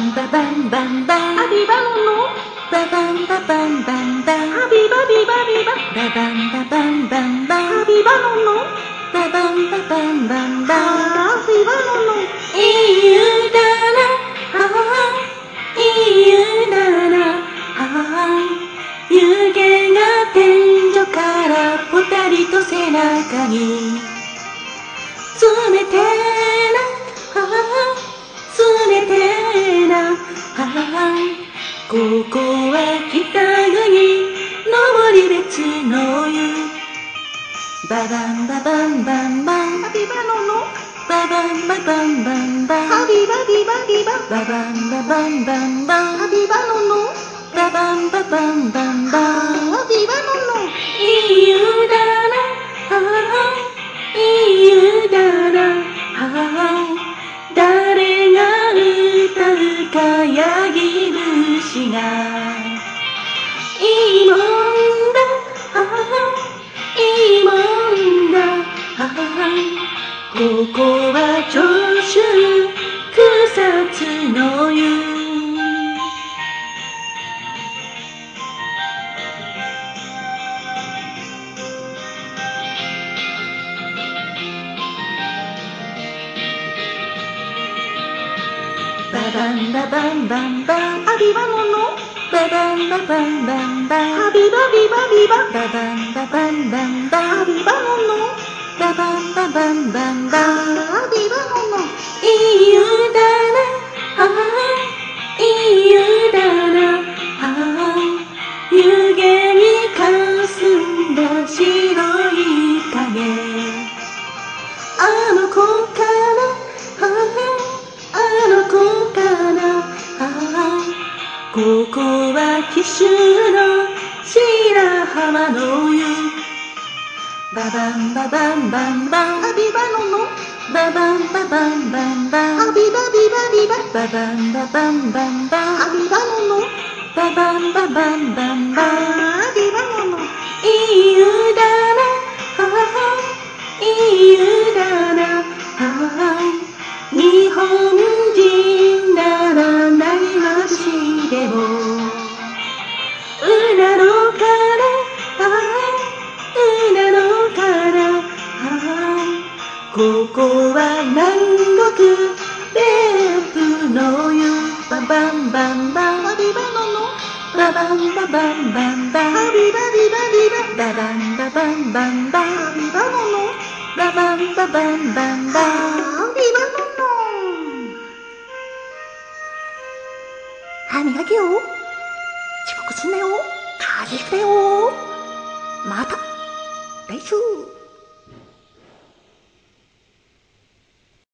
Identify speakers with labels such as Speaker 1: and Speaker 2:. Speaker 1: ンバンバン
Speaker 2: アビバの
Speaker 1: ババンババンバンバン
Speaker 2: アビバビバビバ
Speaker 1: ババンババンバンバン
Speaker 2: アビバのの
Speaker 1: ババンババンバンバン
Speaker 2: アビバのの
Speaker 1: EU だらああ EU だらああ湯気が天井からぽたりと背中に冷てえなああ冷てえなああここは北国登別の湯ババンババンバンバン
Speaker 2: アビバのの
Speaker 1: ババンババンバンバン
Speaker 2: アビバビバビバ
Speaker 1: ババンババンバンバ
Speaker 2: ア
Speaker 1: ン
Speaker 2: ビバのの
Speaker 1: ババンババンバンバン
Speaker 2: アビバのの
Speaker 1: EU だなああ EU だなああ誰が歌うかヤギ節がいいもんだああいいもんだああここは長州草津の湯ババンババンバンバン
Speaker 2: アビバのの
Speaker 1: ババンババンバンバン
Speaker 2: アビバビバビバ
Speaker 1: ババンババンバンバ
Speaker 2: ア
Speaker 1: ン
Speaker 2: ビバのの
Speaker 1: ババンババンバンバン
Speaker 2: アビバのの
Speaker 1: EU だなああ EU だなああ湯気にかすんだ白い影あの子かなあああの子かなああここは紀州の白浜の湯ババンババンバンバン
Speaker 2: アビバのの
Speaker 1: ババンババンバンバン
Speaker 2: アビバビバビバ
Speaker 1: ババンババンバンバン
Speaker 2: アビバのの
Speaker 1: ババンババンバンバン
Speaker 2: アビバのの
Speaker 1: EU だなああ EU だなああ日本人ならないましでもうなろからああうなろからああここは南国別府の湯ババンバンバン
Speaker 2: アビバのの
Speaker 1: ババンババンバンバン
Speaker 2: アビバビバビバ
Speaker 1: ババンババンバンバン
Speaker 2: アビバのの
Speaker 1: ババンババンバンバン
Speaker 2: アビバのの
Speaker 1: 歯磨けよ遅刻すんなよ風邪ひくだよまた来週